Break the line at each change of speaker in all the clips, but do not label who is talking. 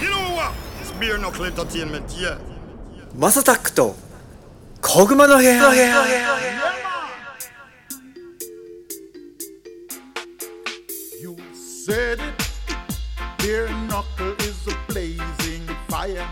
You know what? It's beer knuckle entertainment, yeah.
マサタックと小熊の部屋
You said it. Beer knuckle is a blazing fire.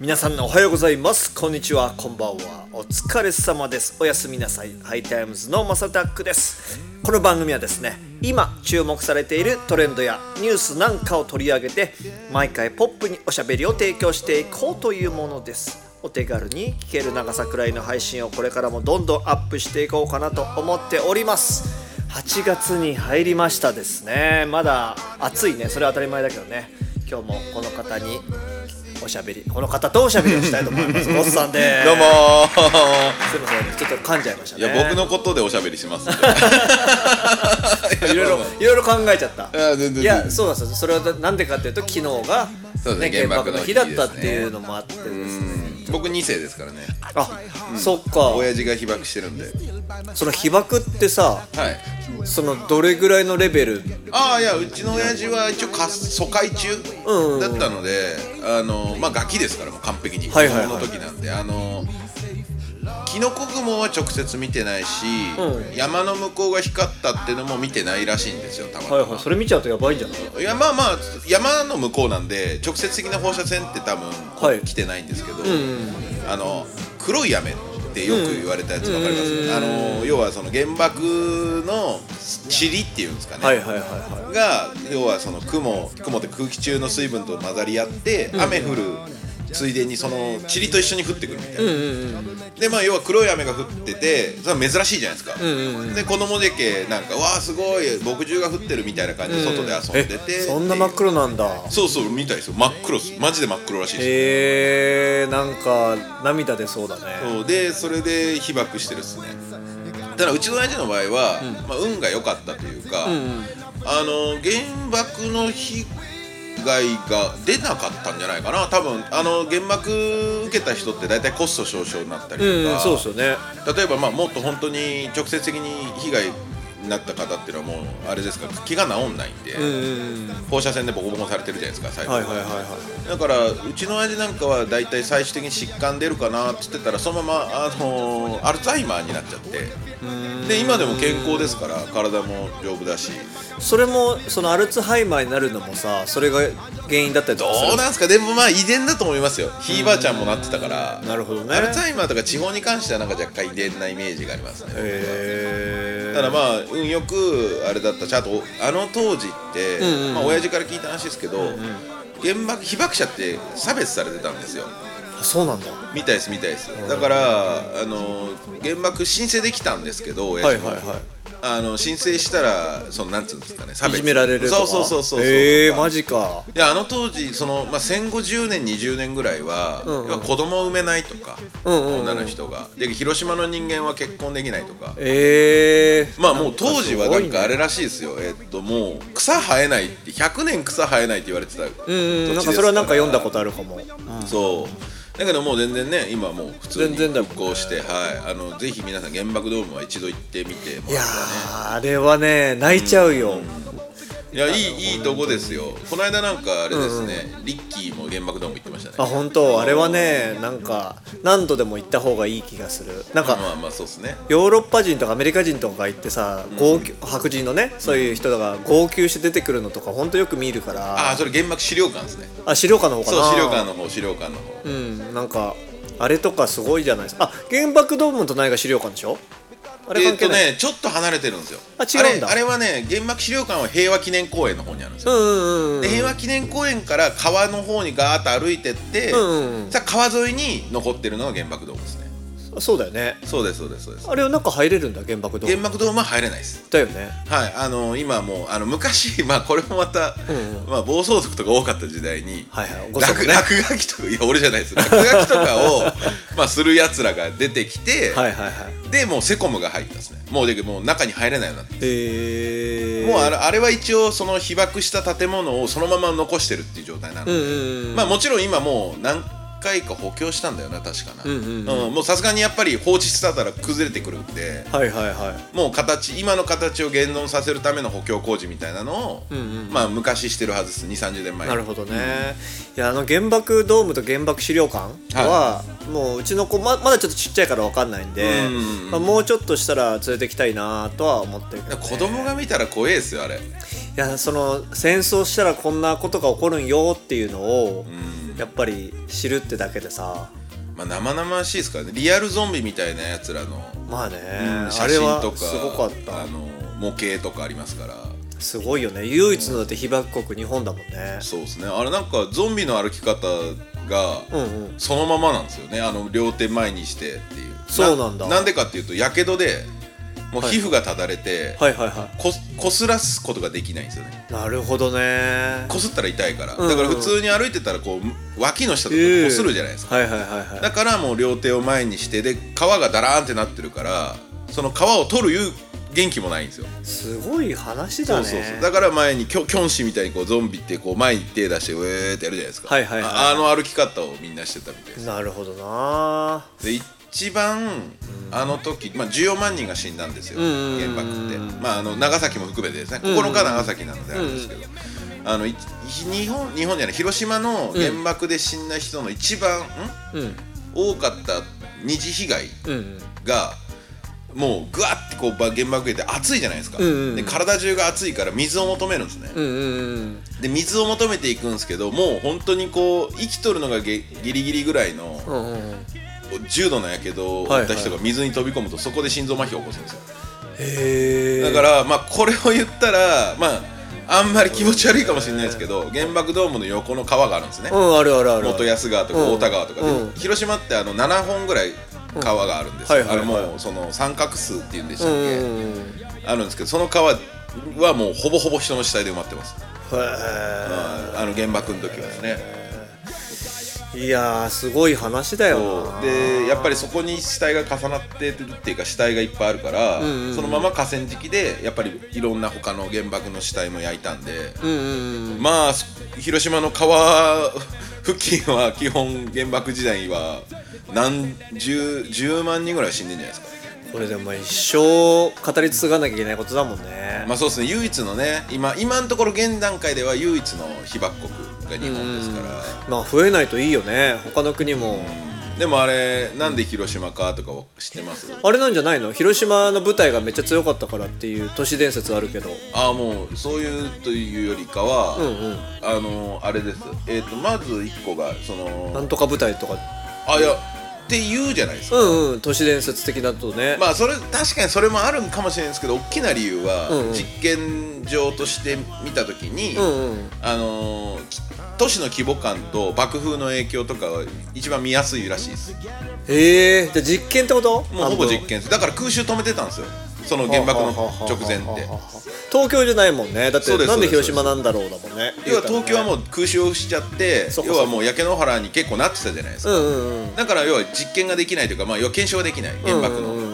皆さんおはようございますこんにちはこんばんはお疲れ様ですおやすみなさいハイタイムズのマサタックですこの番組はですね今注目されているトレンドやニュースなんかを取り上げて毎回ポップにおしゃべりを提供していこうというものですお手軽に聞ける長さくらいの配信をこれからもどんどんアップしていこうかなと思っております8月に入りましたですねまだ暑いねそれは当たり前だけどね今日もこの方におしゃべりこの方とおしゃべりをしたいと思い ますボスさんです
どうも
すいませんちょっと噛んじゃいました
ーい
ね
や僕のことでおしゃべりしますんで
い ろいろいろいろ考えちゃった
いや全然全然
いやそうなんですよそれはなんでかっていうと昨日が、
そうですね
原
原
爆
爆
の
の
日
日
だったっていうのもあってですね
僕2世ですからね
あ、そっか
親父が被爆してるんではい
その被爆ってさそのどれぐらいのレベル
ああいやうちの親父は一応か疎開中
うんうん
だったのであのまあガキですからもう完璧に
はいはいはい
子供の時なんであのキノコ雲は直接見てないし、
う
山の向こうが光ったってのも見てないらしいんですよたまたま、
はいはいそれ見ちゃうとやばいんじゃない
いやまあまあ山の向こうなんで直接的な放射線って多分、
い
来てないんですけど、あの黒い雨ってよく言われたやつ分かります、あの要はその原爆の塵っていうんですかね、
はいはいはいは
が要はその雲雲って空気中の水分と混ざり合って雨降るついでにその塵と一緒に降ってくるみたいな、でまあ要は黒い雨が降っててそれは珍しいじゃないですか、で子供でけなんか「わあすごい牧汁が降ってる」みたいな感じで外で遊んでて、
いそんな真っ黒なんだ
そうそうみたいですよ真っ黒っすマジで真っ黒らしいです
えー、なんか涙出そうだね
そうでそれで被爆してるっすねただうちの親父の場合は、まあ、運が良かったというか、あの原爆の被害が出なかったんじゃないかな多分あの原爆受けた人って大体コスト少々になったりと
うん、
か、
そうですよね
例えばまあもっと本当に直接的に被害になった方っていうのはもうあれですから気が治んないんで、
うんうんうん
放射線でボコボコされてるじゃないですか最後
はいはいはいはい
だからうちの親父なんかは大体最終的に疾患出るかなっつってたらそのまま、あのーアルツハイマーになっちゃってで今でも健康ですから体も丈夫だし
それもそのアルツハイマーになるのもさそれが原因だったりと
ど
かする
うなんですかでもまあ遺伝だと思いますよひいばあちゃんもなってたから
なるほどね
アルツハイマーとか地方に関してはなんか若干遺伝なイメージがありますね
へ
ただまあ運よくあれだったしあとあの当時って、まあ親父から聞いた話ですけど、原爆被爆者って差別されてたんですよ
あそうなんだ
みたいですみたいですだからあの原爆申請できたんですけど親父も、
はいはいはい
あの申請したらそのなんつうんですかね差
いじ
別
められるとか
そうそうそうそう
へえ
とか
マジか
いやあの当時その、まあ、戦後10年20年ぐらいは、
んうん
要は子供を産めないとか、
うんうんうん
女の人がで広島の人間は結婚できないとか、
ええ
まあもう当時はな
すごい
ん
ね
かあれらしいですよえっともう草生えないって100年草生えないって言われてた
うんうんなんかそれはなんか読んだことあるかも
そうだけどもう全然ね今もう普通に
全然だもん
復興して、はいあのぜひ皆さん原爆ドームは一度行ってみても
いや
らっ
ーあれはね泣いちゃうよ、
たらねいやいいいいとこですよこの間なんかあれですね、リッキーも原爆ドーム行ってましたね
あ本当あれはねなんか何度でも行った方がいい気がするなんか、
まあまあそうですね
ヨーロッパ人とかアメリカ人とかが行ってさ、号泣白人のねそういう人とかが号泣して出てくるのとかほんとよく見るから
ああそれ原爆資料館ですね
あ資料館の方か
そ
な
う資料館の方資料館の方
うんなんかあれとかすごいじゃないですかあ原爆ドームとないが資料館でしょあれ
えっ
関係
と
ない、
ねちょっと離れてるんですよ
あ違うんだ
あれあれはね原爆資料館は平和記念公園の方にあるんですよ
うんうんうんうん
で平和記念公園から川の方にガーッと歩いてって、
うんうんうん
さ川沿いに残ってるのが原爆ドームですね
そうだよね
そうですそうですそうです
あれは中入れるんだ原爆ドー
原
ム
爆ドームは入れないです
だよね
はいあの今もうあの昔 まあこれもまた、
うんうん
まあ、暴走族とか多かった時代に、
はいはい
落落書きとかいや 俺じゃないです落書きとかを まあするやつらが出てきて、
はいはいはい
でもうセコムが入ったんですねもうでもう中に入れないようになって、
えー、
もうあれあれは一応その被爆した建物をそのまま残してるっていう状態なので、
うんうんうん
まあもちろん今もう何回か補強したんだよな確かな、うんもうさすがにやっぱり放置してたら崩れてくるんで
はいはいはい
もう形今の形を現存させるための補強工事みたいなのを、まあ昔してるはずです2 3 0年前
なるほどね、いやあの原爆ドームと原爆資料館は、もううちの子ままだちょっとちっちゃいからわかんないんで、
うんうんうん
まあ、もうちょっとしたら連れてきたいなとは思ってるけど、ね、
子供が見たら怖えですよあれ
いやその戦争したらこんなことが起こるんよっていうのを、やっぱり知るってだけでさ
まあ生々しいですからねリアルゾンビみたいなやつらの
まあね、あ
写
れ
真
は
とか
すごかっ
あ
た
の模型とかありますから
すごいよね唯一のだって被爆国日本だもんね
そうですねあれなんかゾンビの歩き方が
うんうん
そのままなんですよねあの両手前にしてっていう
そうなんだ
なんでかっていうとやけどでもう
はい
皮膚がただれて、
はいはいは
ここすらすことができないんですよね
いなるほどね
こすったら痛いから、
んうん
だから普通に歩いてたらこう脇の下とか
ええ
こするじゃないですか、
はいはいはいは
だからもう両手を前にしてで皮がだらーんってなってるからその皮を取るいう元気もないんですよ
いすごい話
そ
だ
う
ね
そうそうだから前にキョキョンシーみたいにこうゾンビってこう前に手出してウェーってやるじゃないですか、
はいはいはい
ああの歩き方をみんなしてたみたいです
なるほどな
で一番あの時、まあ、14万人が死んだんですよ
んうん
原爆って、まあ、あの長崎も含めてですね9日長崎なのであれですけど、あのい日本日本じゃない広島の原爆で死んだ人の一番、ん
うん
多かった二次被害
うんうん
がもうぐわってこうば原爆で熱いじゃないですか、
んうんうん
で体中が熱いから水を求めるんですね、
うんうんうん
で水を求めていくんですけどもう本当にこう生きとるのがげギリギリぐらいの
うんうんうん
重度のやけどを負った人が水に飛び込むとそこで心臓麻痺を起こすんですよ
へえ
だからまあこれを言ったらまああんまり気持ち悪いかもしれないですけど原爆ドームの横の川があるんですね
うんあるあるある
元安川とか
うん
太田川とかで、
うん
広島ってあの7本ぐらい川があるんですよ、
うんはいはいはい
あれもうその三角数っていうんでし
う
たっ
ん
け、
うんうんへ
あるんですけどその川はもうほぼほぼ人の死体で埋まってます、ああの原爆の時はですね
えいやーすごい話だよ
そ
な
うでやっぱりそこに死体が重なってるっていうか死体がいっぱいあるから、
んうん
そのまま河川敷でやっぱりいろんな他の原爆の死体も焼いたんで、
うんうんうん
まあそ広島の川付近は基本原爆時代は何十10万人ぐらいは死んでんじゃないですか
これでも一生語り継がなきゃいけないことだもんね、
まあそうですね唯一のね今今のところ現段階では唯一の被爆国が日本ですから。
まあ増えないといいよね他の国も、
でもあれなんで広島かとかは知ってます
あれなんじゃないの広島の舞台がめっちゃ強かったからっていう都市伝説あるけど
ああもうそういうというよりかは、
うんうん
あのあれですえっ、とまず1個がそ
な
の
んとか舞台とか
あいやって言うじゃないです
う
か、
んうん都市伝説的だとね、
まあそれ確かにそれもあるんかもしれないですけど大きな理由は、
うんうん
実験場として見た時に、
うんうん
あのーき都市の規模感と爆風の影響とかは一番見やすいらしいです
へえじゃあ実験ってこと
もうほぼ実験ですだから空襲止めてたんですよその原爆の直前って
東京じゃないもんねだっ
そうで
て
す
なんで
そうで
広
す
島なんだろうだもんね
要は東京はも
う
う空襲をしちゃって
そっか
要はもう焼け野原に結構なってたじゃないです
う
か、
んうんうん
だから要は実験ができないというか、まあ、要は検証ができない原爆の、
うんうんうん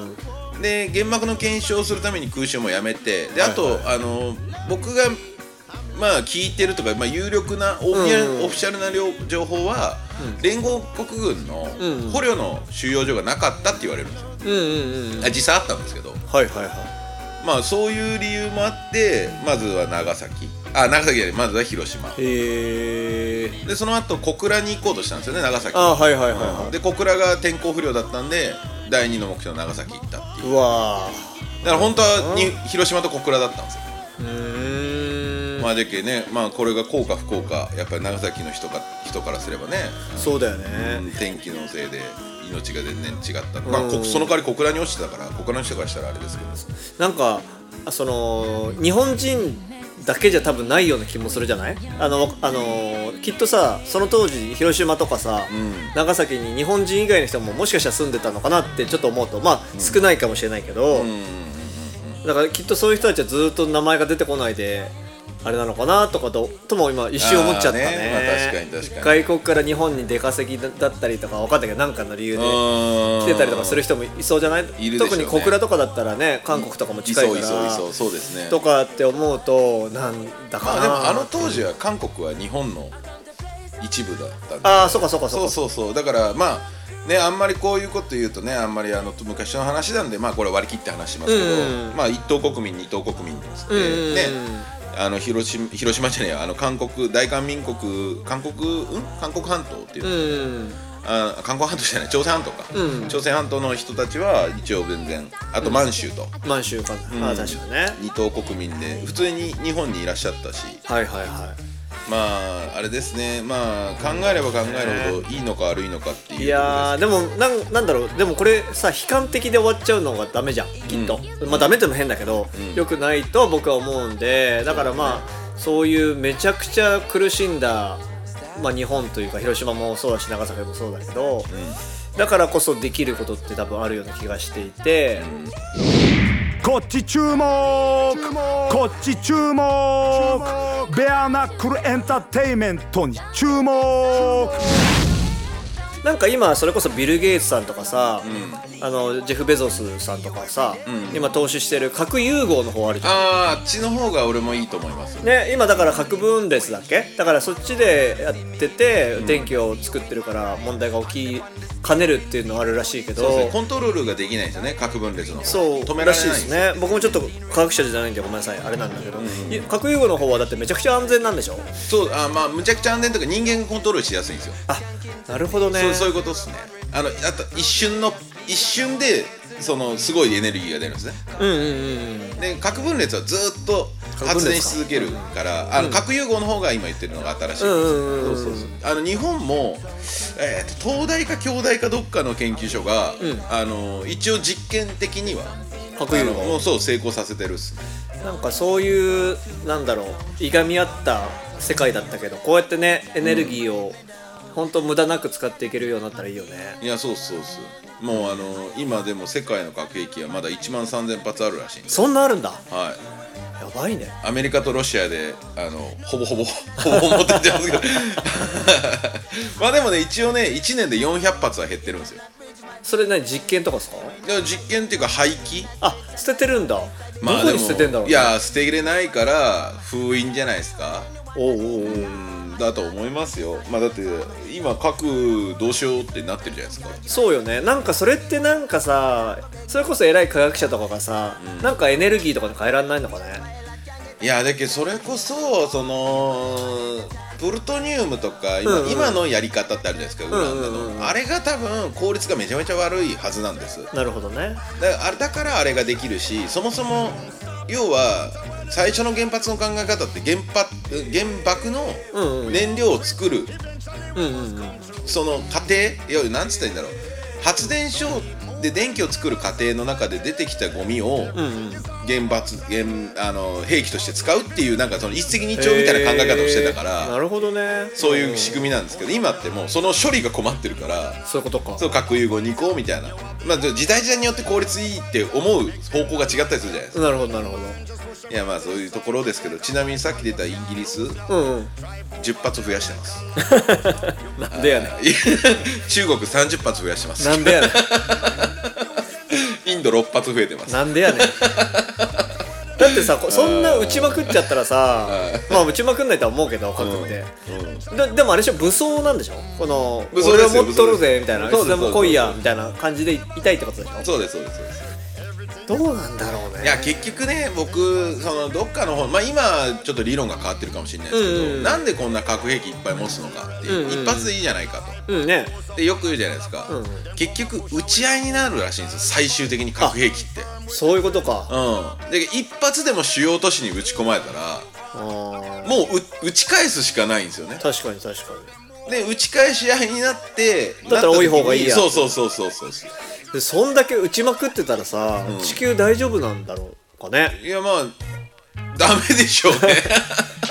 で原爆の検証をするために空襲もやめてであと、
はい
あの僕がまあ聞いてるとか、まあ、有力なオフィシャル,、
うんうん
オフィシャルな量情報は、連合国軍
うんうん
の捕虜の収容所がなかったって言われるんですよ、
うんうんうん
あ実際あったんですけど
はいはいは
まあそういう理由もあってまずは長崎あ長崎じゃないまずは広島
いへえ
でその後小倉に行こうとしたんですよね長崎
あはいはいはいはい
うんで小倉が天候不良だったんで第二の目標の長崎行ったっていう
うわ
だから本当はに広島と小倉だったんですよ、
ーうーん
まあでけねまあこれがこうか不幸かやっぱり長崎の人か人からすればね、
そうだよ
う
ね
ん天気のせいで命が全然違った、まあ、
うん
こその代わり小倉に落ちてたから小倉の人からしたらあれですけど
なんかあその日本人だけじゃ多分ないような気もするじゃないあのあのきっとさその当時広島とかさ、
ん
長崎に日本人以外の人ももしかしたら住んでたのかなってちょっと思うとまあ少ないかもしれないけど、だからきっとそういう人たちはずっと名前が出てこないであれなのかなとかととも今一瞬思っちゃったね
あーねまあ確かに確かに
外国から日本に出稼ぎだったりとかわかんないけどなんかの理由で来
来
てたりとかする人もいそうじゃない
いるでしょうね
特に小倉とかだったらね韓国とかも
い
近い
そ
か
うい
ら
そういそうそうですね
とかって思うとなんだか
ま
な
あでもあの当時は韓国は日本の一部だったんで
ああそうかそうかそう
そ
か
うそうそうだからまあねあんまりこういうこと言うとねあんまりあの昔の話なんでまあこれ割り切って話しますけど、
うん
まあ一等国民二等国民っつって、
うん
ねあの広島広島じゃねえやあの韓国大韓民国韓国うん韓国半島っていうの、
うん
あ韓国半島じゃない朝鮮半島か、
うん
朝鮮半島の人たちは一応全然あと満州と、
満州かな、ああ確かにね
二等国民で普通に日本にいらっしゃったし
はいはいは
まああれですねまあ考えれば考えるほどいいのか悪いのかっていう
いいやーでもなんなんだろうでもこれさ悲観的で終わっちゃうのがダメじゃんきっと、まあダメってのも変だけど、
ん
良くないと僕は思うんでだからまあそういうめちゃくちゃ苦しんだ、まあ、日本というか広島もそうだし長崎もそうだけど、だからこそできることって多分あるような気がしていて、
こっち注目こっち注目ベアナックルエンターテインメントに注目
なんか今それこそビル・ゲイツさんとかさ、あのジェフ・ベゾスさんとかさ、今投資してる核融合の方あるじゃん
あーあっちの方が俺もいいと思います
ね、今だから核分裂だっけだからそっちでやってて電気を作ってるから問題が起きかねるっていうのはあるらしいけど
そうですねコントロールができないんですよね核分裂の方
そう
止め
ら
られな
し
い
いで
んですす
ね僕もちょっと科学者じゃないんでごめんなさいあれなんだけど、い核融合の方はだってめちゃくちゃ安全なんでしょ
そうあーまあむちゃくちゃ安全とか人間がコントロールしやすいんですよ、
あなるほどね
そうそういうことっすねあのあと一瞬の一瞬でそのすごいエネルギーが出るんですね
うんうんうんうん
で核分裂はずーっと
核
発
分裂か
電し続けるからあの核融合の方が今言ってるのが新しい
うん
です
うんうんうん
そうそうそうあの日本も、えーと東大か京大かどっかの研究所が、あの一応実験的には
核融合
あのもうそう成功させてるっすね
なんかそういうなんだろういがみ合った世界だったけどこうやってねエネルギーを本当無駄なく使っていけるようになったらいいよね
いやそうそうそうもうあの今でも世界の核兵器はまだ1万3000発あるらしいんです
そんなあるんだ
はい
やばいね
アメリカとロシアであのほぼほぼ ほぼほぼ持ってってますけど まあでもね一応ね1年で400発は減ってるんですよ
それ何実験とかですか
でも実験っていうか廃棄
あ捨ててるんだ、どこに
でも
捨ててんだろう、ね、
いや捨てれないから封印じゃないですか
おうおうおう
うんだと思いますよまあだって今核どうしようってなってるじゃないですか
そうよねなんかそれってなんかさそれこそ偉い科学者とかがさ、なんかエネルギーとかに変えられないのかね
いやだけどそれこそそのプルトニウムとか今,、
うんうん
今のやり方ってあるじゃないですかウランダの、
うんうんうん
あれが多分効率がめちゃめちゃ悪いはずなんです
なるほどね
だからあれだからあれができるしそもそも要は最初の原発の考え方って原発原爆
うんう
の
ん
燃料を作る
うんうんうん
その過程要は何つったらいいんだろう発電所で電気を作る過程の中で出てきたゴミを
うんうん
原発原あの兵器として使うっていうなんかその一石二鳥みたいな考え方をしてたか
へーな
ら
るほどね
そういうん仕組みなんですけど今ってもうその処理が困ってるから。
そういうことか
そう核融合に行こうみたいな、まあ、時代時代によって効率いいって思う方向が違ったりするじゃないですか
なるほどなるほど
いやまあそういうところですけどちなみにさっき出たイギリス
うんうん
10発増やしてます
なんでやねん
中国30発増やしてます
なんでやね
インド6発増えてま
ん
す
なんでやねんだってさこそんな打ちまくっちゃったらさまあ打ちまくんないとは思うけど核って、
うん
ででもあれでしょ武装なんでしょこの
武装です
俺
よ
は持っとるぜみたいな
武装
いつ
です
でも来いやみたいな感じでいたいってことでしょ
そうですそうですそうです
どうなんだろうね
いや結局ね僕そのどっかの方まあ今ちょっと理論が変わってるかもしれないですけど、
うんうん
なんでこんな核兵器いっぱい持つのかっていう、
うんうん
一発でいいじゃないかと
うんね
でよく言うじゃないですか、
うん
結局撃ち合いになるらしいんですよ最終的に核兵器って
そういうことか
うんで一発でも主要都市に撃ち込まれたら
あ
もうう撃ち返すしかないんですよね
ー確かに確か
で打ち返し合いになって
だったら多い方がいいや
そうそうそうそうそうそ
にでそんだけ打ちまくってたらさ、
ん
地球大丈夫なんだろうかね
ういやまあダメでしょう ね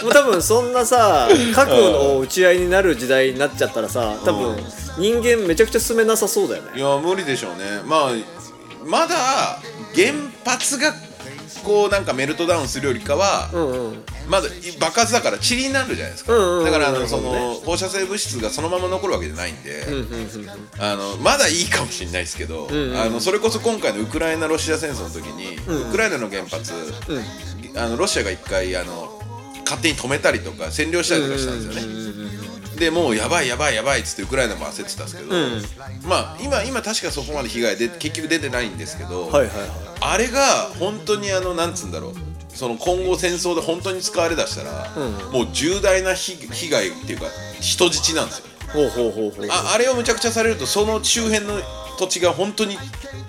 もう多分そんなさ核の打ち合いになる時代になっちゃったらさ多分人間めちゃくちゃ進めなさそうだよ
い
ね
や無理でしょうねまあまだ原発がこうなんかメルトダウンするよりかは、
うんうん
まだ爆発だから塵になるじゃないですか、
うんうんうん
だからあ
な
の
るほ
そ
ど
の、
ね
放射性物質がそのまま残るわけじゃないんで、
うんうんうんうん
あのまだいいかもしれないですけど、
んうん
あのそれこそ今回のウクライナ・ロシア戦争の時に、ウクライナの原発、あのロシアが一回あの勝手に止めたりとか占領したりとかしたんですよね、でもうやばいやばいやばいっつってウクライナも焦ってたんですけど、まあ今今確かそこまで被害で結局出てないんですけど、
はいはいはい
あれが本当にあのなんつうんだろうその今後戦争で本当に使われだしたら、もう重大な被被害っていうか人質なんですよ
ほうほうほうほう
ああれをむちゃくちゃされるとその周辺の土地が本当に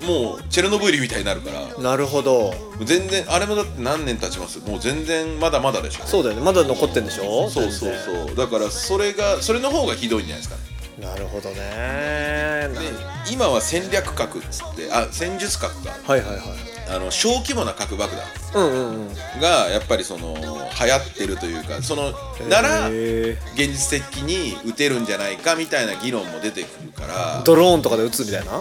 もうチェルノブイリみたいになるから
なるほど
全然あれもだって何年経ちますもう全然まだまだでしょ
そうだよねまだ残ってんでしょ
そうそう
全
そうだからそれがそれの方がひどいんじゃないですかね
然なるほどねな
で今は戦略核っつってあ戦術核か
はいはいはい
あの小規模な核爆弾
うんうんうん
がやっぱりその流行ってるというかそのなら現
へ
実的に撃てるんじゃないかみたいな議論も出てくるから
ドローンとかで撃つみたいな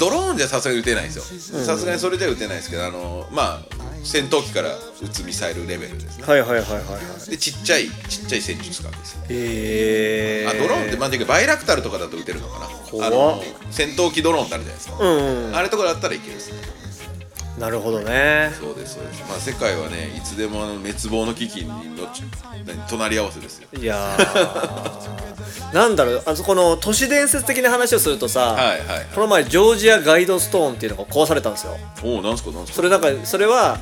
ドローンじゃさすがに撃てないですよさすがにそれでは撃てないですけどあのまあ戦闘機から撃つミサイルレベルですね
はいはいはいはいはい
でちっちゃいちっちゃい戦術核ですよ
へえ
あドローンってまあてかバイラクタルとかだと撃てるのかな
怖っ
あの戦闘機ドローンってあるじゃないですか、
うん、うん、
あれとかだったらいけるですね
なるほどね
そうですそうですまあ世界はねいつでもあの滅亡の危機にのち何隣り合わせですよ
いやーなんだろうあそこの都市伝説的な話をするとさ、
はいはいはい
この前ジョージアガイドストーンっていうのが壊されたんですよ
おおなんすかなんすか
それなんかそれは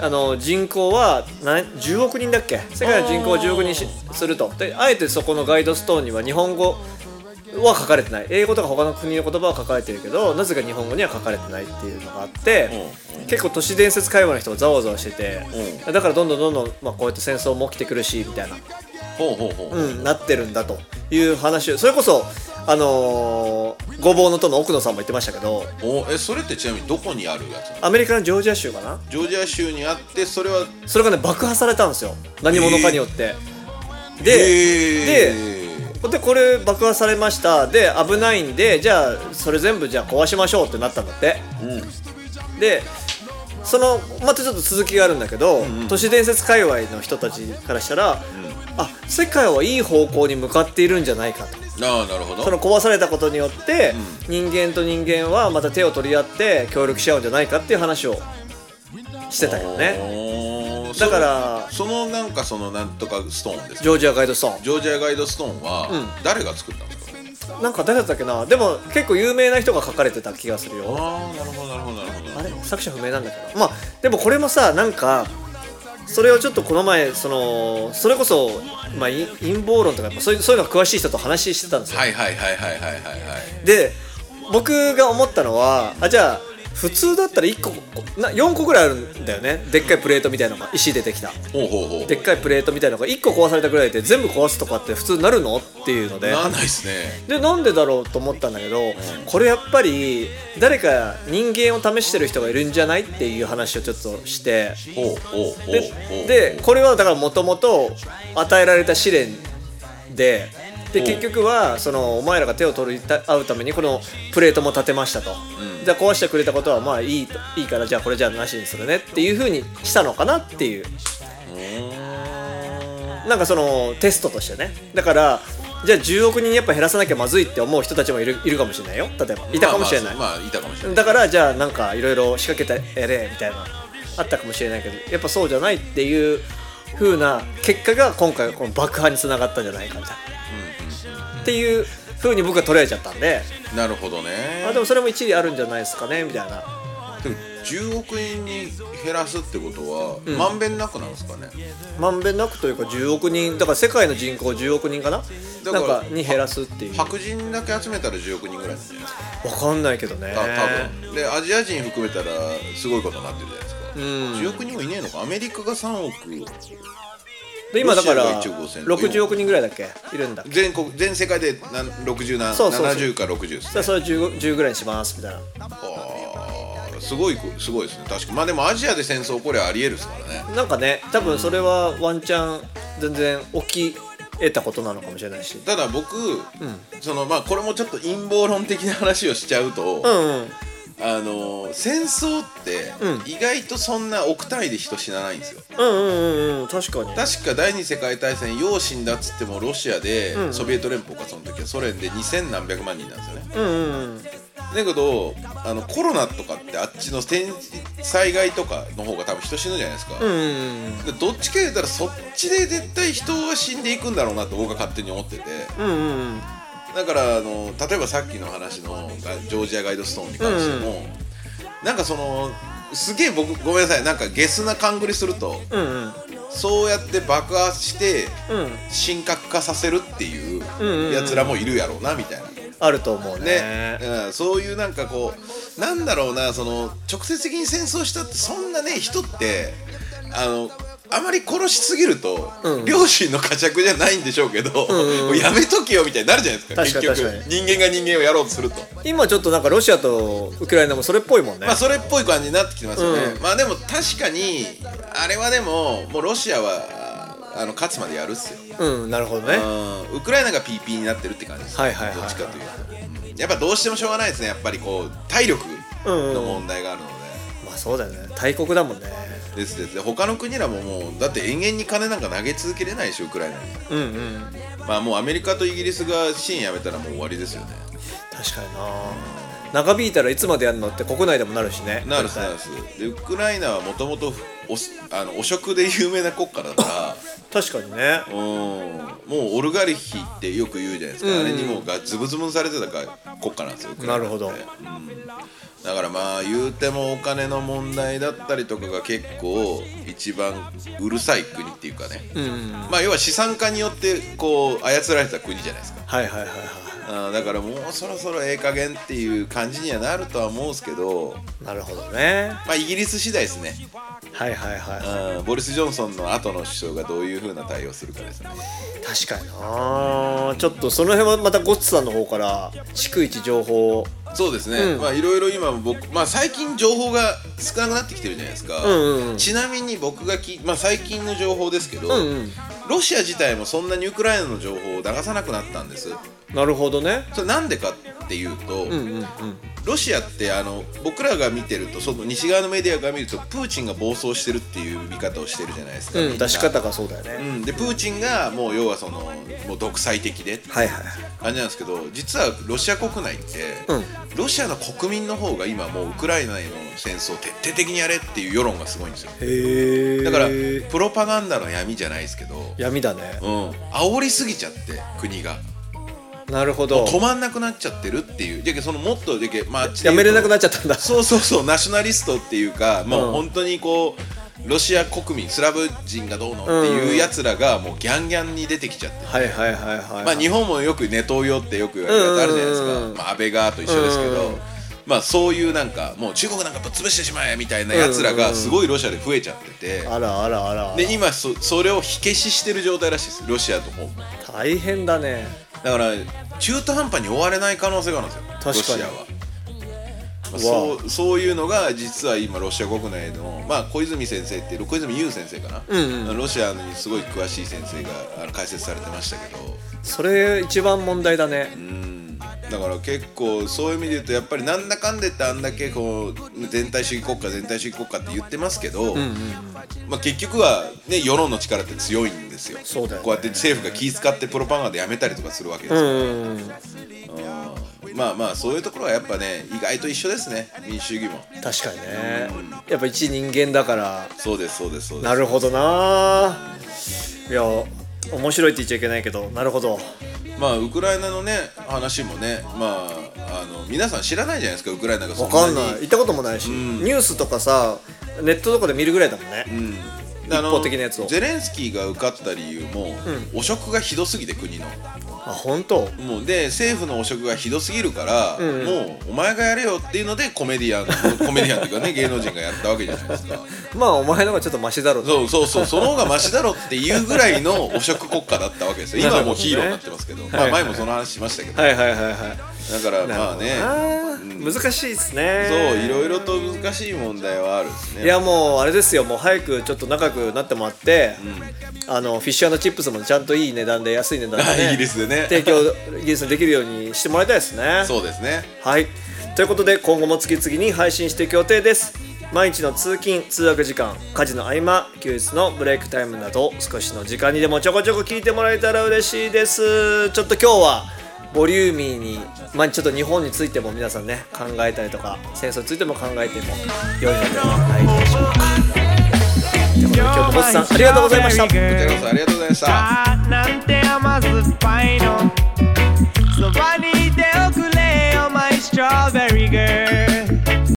あの人口はな10億人だっけ世界の人口を10億人しするとであえてそこのガイドストーンには日本語は書かれてない英語とか他の国の言葉は書かれてるけどなぜか日本語には書かれてないっていうのがあって
うん
結構都市伝説会話の人がざわざわしててだからどんどんどんどん、まあ、こうやって戦争も起きてくるしみたいな
ほうほうほう、
うん、なってるんだという話をそれこそあのーごぼうのとの奥野さんも言ってましたけど
おーえそれってちなみにどこにあるやつなの
アメリカのジョージア州かな
ジョージア州にあってそれは
それがね爆破されたんですよ何者かによって、で、
えー、
でこれ爆破されましたで危ないんでじゃあそれ全部じゃあ壊しましょうってなったんだって
うん
でそのまたちょっと続きがあるんだけど、都市伝説界隈の人たちからしたら、あ世界はいい方向に向かっているんじゃないかと
ああなるほど
その壊されたことによって、人間と人間はまた手を取り合って協力し合うんじゃないかっていう話をしてたけどね
ね
だから
そのそのなんかそのなんとかストーンです
ジ
か
ョージアガイドストー
ジョージアガイドストーンは、
う
誰が作ったんですか
ンなんか誰だったっけなでも結構有名な人が書かれてた気がするよ
ああなるほどなるほどなるほど
あれ作者不明なんだけどまあでもこれもさなんかそれをちょっとこの前そのそれこそ、まあ、い陰謀論とかやっぱそういうそういうの詳しい人と話してたんですよ
はいはいはいはいはいはいはい
で僕が思ったのはあじゃあ普通だったら1個こな4個ぐらいあるんだよねでっかいプレートみたいなのが石出てきた
ほうほうほう
でっかいプレートみたいなのが1個壊されたぐらいで全部壊すとかって普通なるのっていうので
ならないですね
でなんでだろうと思ったんだけどこれやっぱり誰か人間を試してる人がいるんじゃないっていう話をちょっとして
ほうほうほう
で
ほう
でこれはだからもともと与えられた試練でで
うん
結局はそのお前らが手を取り合うためにこのプレートも立てましたと、じゃあ壊してくれたことはまあいいといいからじゃあこれじゃあなしにするねっていうふうにしたのかなっていうなんかそのテストとしてねだからじゃあ10億人やっぱ減らさなきゃまずいって思う人たちもいるいるかもしれないよ例えばいたかもしれない、
まあ、まあまあいたかもしれない
だからじゃあなんかいろいろ仕掛けてやれみたいなあったかもしれないけどやっぱそうじゃないっていう風な結果が今回この爆破につながったんじゃないかみたいな、っていう風に僕は捉えちゃったんで
なるほどね
あでもそれも一理あるんじゃないですかねみたいな
でも10億円に減らすってことは、まんべんなくなんですかね
まんべんなくというか10億人だから世界の人口10億人かな
だから
なんかに減らすっていうわ
白人だけ集めたら10億人ぐらいなんじゃないですか
かんないけどね
た多分でアジア人含めたらすごいことになってるじゃないですか、10億人もいねえのかアメリカが3億
で今だから
ロシアが1億5000
60億人ぐらいだっけいるんだっけ
全国全世界でな60な
そうそうそう
70か60です
じゃあそれ 10, 10ぐらいにしますみたいな
あーすごいこすごいですね確かまあでもアジアで戦争これありえるですからね
なんかね多分それはワンチャン全然起き得たことなのかもしれないした
だ僕、そのまあこれもちょっと陰謀論的な話をしちゃう
うん
と、
うん
あのー戦争って意外とそんな億単位で人死なないんですよ、
うんうんうんうん確かに
確か第二次世界大戦養子んだっつってもロシアで、ソビエト連邦かその時はソ連で2000何百万人なんですよね
うんうんうん
だけどあのコロナとかってあっちの先災害とかの方が多分人死ぬじゃないですか、でどっちか言ったらそっちで絶対人が死んでいくんだろうなって僕は勝手に思ってて、だからあの例えばさっきの話のジョージアガイドストーンに関しても、なんかそのすげえ僕ごめんなさいなんかゲスな勘繰りすると、そうやって爆発して、神格化させるっていうやつらもいるやろうなみたいな。
あると思う
ね
ね
うん、そういうなんかこうなんだろうなその直接的に戦争したってそんなね人ってあのあまり殺しすぎると、両親の呵責じゃないんでしょうけど、もうやめとけよみたいになるじゃないですか
確かに
結
確
局
か
人間が人間をやろうとすると、
今ちょっとなんかロシアとウクライナもそれっぽいもんね、
まあそれっぽい感じになってきてますよね、まあでも確かにあれはでももうロシアはあの勝つまでやるっすよ
うんなるほどね
うんウクライナが PP になってるって感じです、
はいはいはい
どっちかというと、うんやっぱどうしてもしょうがないですねやっぱりこう体力の問題があるので、
まあそうだよね大国だもんね
ですですで他の国らももうだって延々に金なんか投げ続けれないでしょウクライナに
うんうん
まあもうアメリカとイギリスが支援やめたらもう終わりですよね
確かにな長引いたらいつまでやるのって国内でもなるしね
なるすなるすでウクライナはもともとおあの汚職で有名な国家だから
確かにね
うんもうオルガルヒってよく言うじゃないですか、あれにもうがズブズブにされてたか国家なんですよ
なるほど
だからまあ言うてもお金の問題だったりとかが結構一番うるさい国っていうかね、まあ要は資産家によってこう操られてた国じゃないですか
はいはいはいはい
あーだからもうそろそろええ加減っていう感じにはなるとは思うんですけど
なるほどね
まあイギリス次第ですね
はいはいはい
うんボリス・ジョンソンの後の首相がどういうふうな対応するかですね
確かになちょっとその辺はまたゴッツさんの方から逐一情報を
そうですね、まあいろいろ今僕、まあ、最近情報が少なくなってきてるじゃないですか、
んうん
ちなみに僕がき、まあ、最近の情報ですけど、
んうん
ロシア自体もそんなにウクライナの情報を流さなくなったんです
なるほどね
それなんでかっていうと、
うんうんうん
ロシアってあの僕らが見てるとその西側のメディアが見るとプーチンが暴走してるっていう見方をしてるじゃないですか、
う
み
ん
な
出し方がそうだよね、
うん、でプーチンがもう要はそのもう独裁的で
はいはい
感じなんですけど実はロシア国内って、
うん
ロシアの国民の方が今もうウクライナへの戦争を徹底的にやれっていう世論がすごいんですよ
へえ
だからプロパガンダの闇じゃないですけど、
闇だね
うん、煽りすぎちゃって国が
なるほど
止まんなくなっちゃってるっていうじゃけそのもっとじゃけまああっちで
や
言う
めれ
と
なくなっちゃったんだ
そうそうそうナショナリストっていうかもううん本当にこうロシア国民スラブ人がどうのっていうやつらがもうギャンギャンに出てきちゃって
はいはいはいはい、
まあ、日本もよくネトウヨってよく言われるやつあるじゃないです
うんうんうん
か、まあ、安倍側と一緒ですけど、まあ、そういうなんかもう中国なんかぶっ潰してしまえみたいなやつらがすごいロシアで増えちゃってて、
あらあらあらあら
で今そそれを火消ししてる状態らしいですロシアとも
大変だね
だから中途半端に追われない可能性があるんですよロ
確かに
シアは。まあ
わ
そうそういうのが実は今ロシア国内の、まあ、小泉先生っていう小泉優先生かな、ロシアにすごい詳しい先生があの解説されてましたけど
それ一番問題だね
だから結構そういう意味で言うとやっぱりなんだかんでってあんだけこう全体主義国家全体主義国家って言ってますけど、まあ、結局は、ね、世論の力って強いんですよ
そうだよね
こうやって政府が気遣ってプロパガンダでやめたりとかするわけですから、
うん
うんまあまあそういうところはやっぱね意外と一緒ですね民主主義も
確かにねやっぱ一人間だから
そうですそうですそうです
なるほどないや面白いって言っちゃいけないけどなるほど
まあウクライナのね話もねまああの皆さん知らないじゃないですかウクライナがそ
わか
ん
ん
な
ない
に
行ったこともないし、ニュースとかさネットとかで見るぐらいだもんね、
であの
一方的なやつを
ゼレンスキーが受かった理由も、汚職がひどすぎて国の
あ本当
もうで政府の汚職がひどすぎるから、もうお前がやれよっていうのでコメディアン コメディアンという かね芸能人がやったわけじゃないですか
まあお前の方がちょっとマシだろうと
そうそうそうその方がマシだろっていうぐらいの汚職国家だったわ けですよ今はもうヒーローになってますけど、まあ、前もその話しましたけど、
はいはいはいはい
だからまあね
あー難しいですね
そういろいろと難しい問題はあるんですね
いやもうあれですよもう早くちょっと仲良くなってもらって、あのフィッシュチップスもちゃんといい値段で安い値段で、 ね、
イギリスでね
提供イギリスにできるようにしてもらいたいですね
そうですね
はいということで今後も次々に配信していく予定です毎日の通勤通学時間家事の合間休日のブレイクタイムなど少しの時間にでもちょこちょこ聞いてもらえたら嬉しいですちょっと今日はボリューミーに、まあ、ちょっと日本についても皆さんね考えたりとか戦争についても考えても良いのではないでしょうか。ということで今日もボスさんありがとうございました。
こちらこそありがとうございました
なんて甘酸っぱいのそばにいておくれよマイストロベリーガー